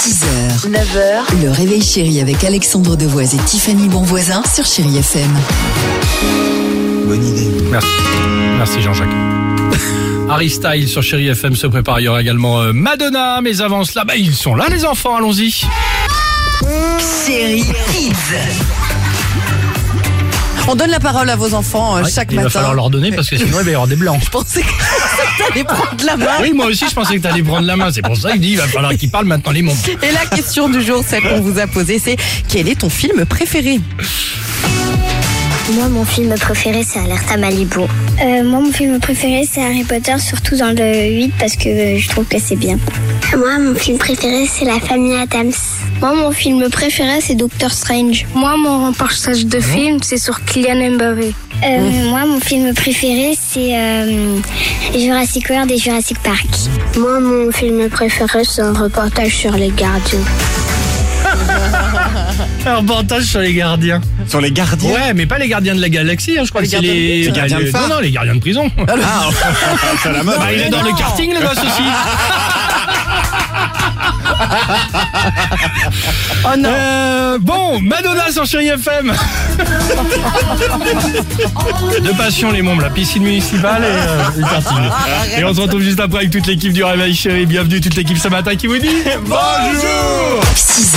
6h, 9h, le réveil chéri avec Alexandre Devoise et Tiffany Bonvoisin sur Chéri FM. Bonne idée. Merci. Merci Jean-Jacques. Harry Style sur Chéri FM se prépare. Il y aura également euh, Madonna, mais avant cela, bah, ils sont là les enfants, allons-y. Chéri Kids. On donne la parole à vos enfants euh, Ouais, chaque il va matin. falloir leur donner parce que sinon il va y avoir des blancs. Je pensais que t'allais prendre la main. Oui, moi aussi je pensais que t'allais prendre la main, c'est pour ça qu'il dit il va falloir qu'ils parlent maintenant les mondes. Et la question du jour, celle qu'on vous a posée, c'est quel est ton film préféré Moi, mon film préféré, c'est Alerta Malibu. Euh, moi, mon film préféré, c'est Harry Potter, surtout dans le 8, parce que euh, je trouve que c'est bien. Moi, mon film préféré, c'est La famille Adams. Moi, mon film préféré, c'est Doctor Strange. Moi, mon reportage de film, c'est sur Kylian Mbappé. Euh, Moi, mon film préféré, c'est euh, Jurassic World et Jurassic Park. Moi, mon film préféré, c'est un reportage sur les gardiens. Un reportage sur les gardiens. Sur les gardiens. Ouais, mais pas les gardiens de la galaxie, hein, je crois Les que c'est gardiens les... Les gardiens de les- phare. Non, non, les gardiens de prison. Ah, c'est à la mode. Bah, il adore non. le karting le gosse aussi. Oh non Euh, bon, Madonna sur Chéri FM. De passion les membres, la piscine municipale et euh, le karting. Et on se retrouve juste après avec toute l'équipe du Réveil Chéri. Bienvenue toute l'équipe ce matin qui vous dit bonjour. 6h,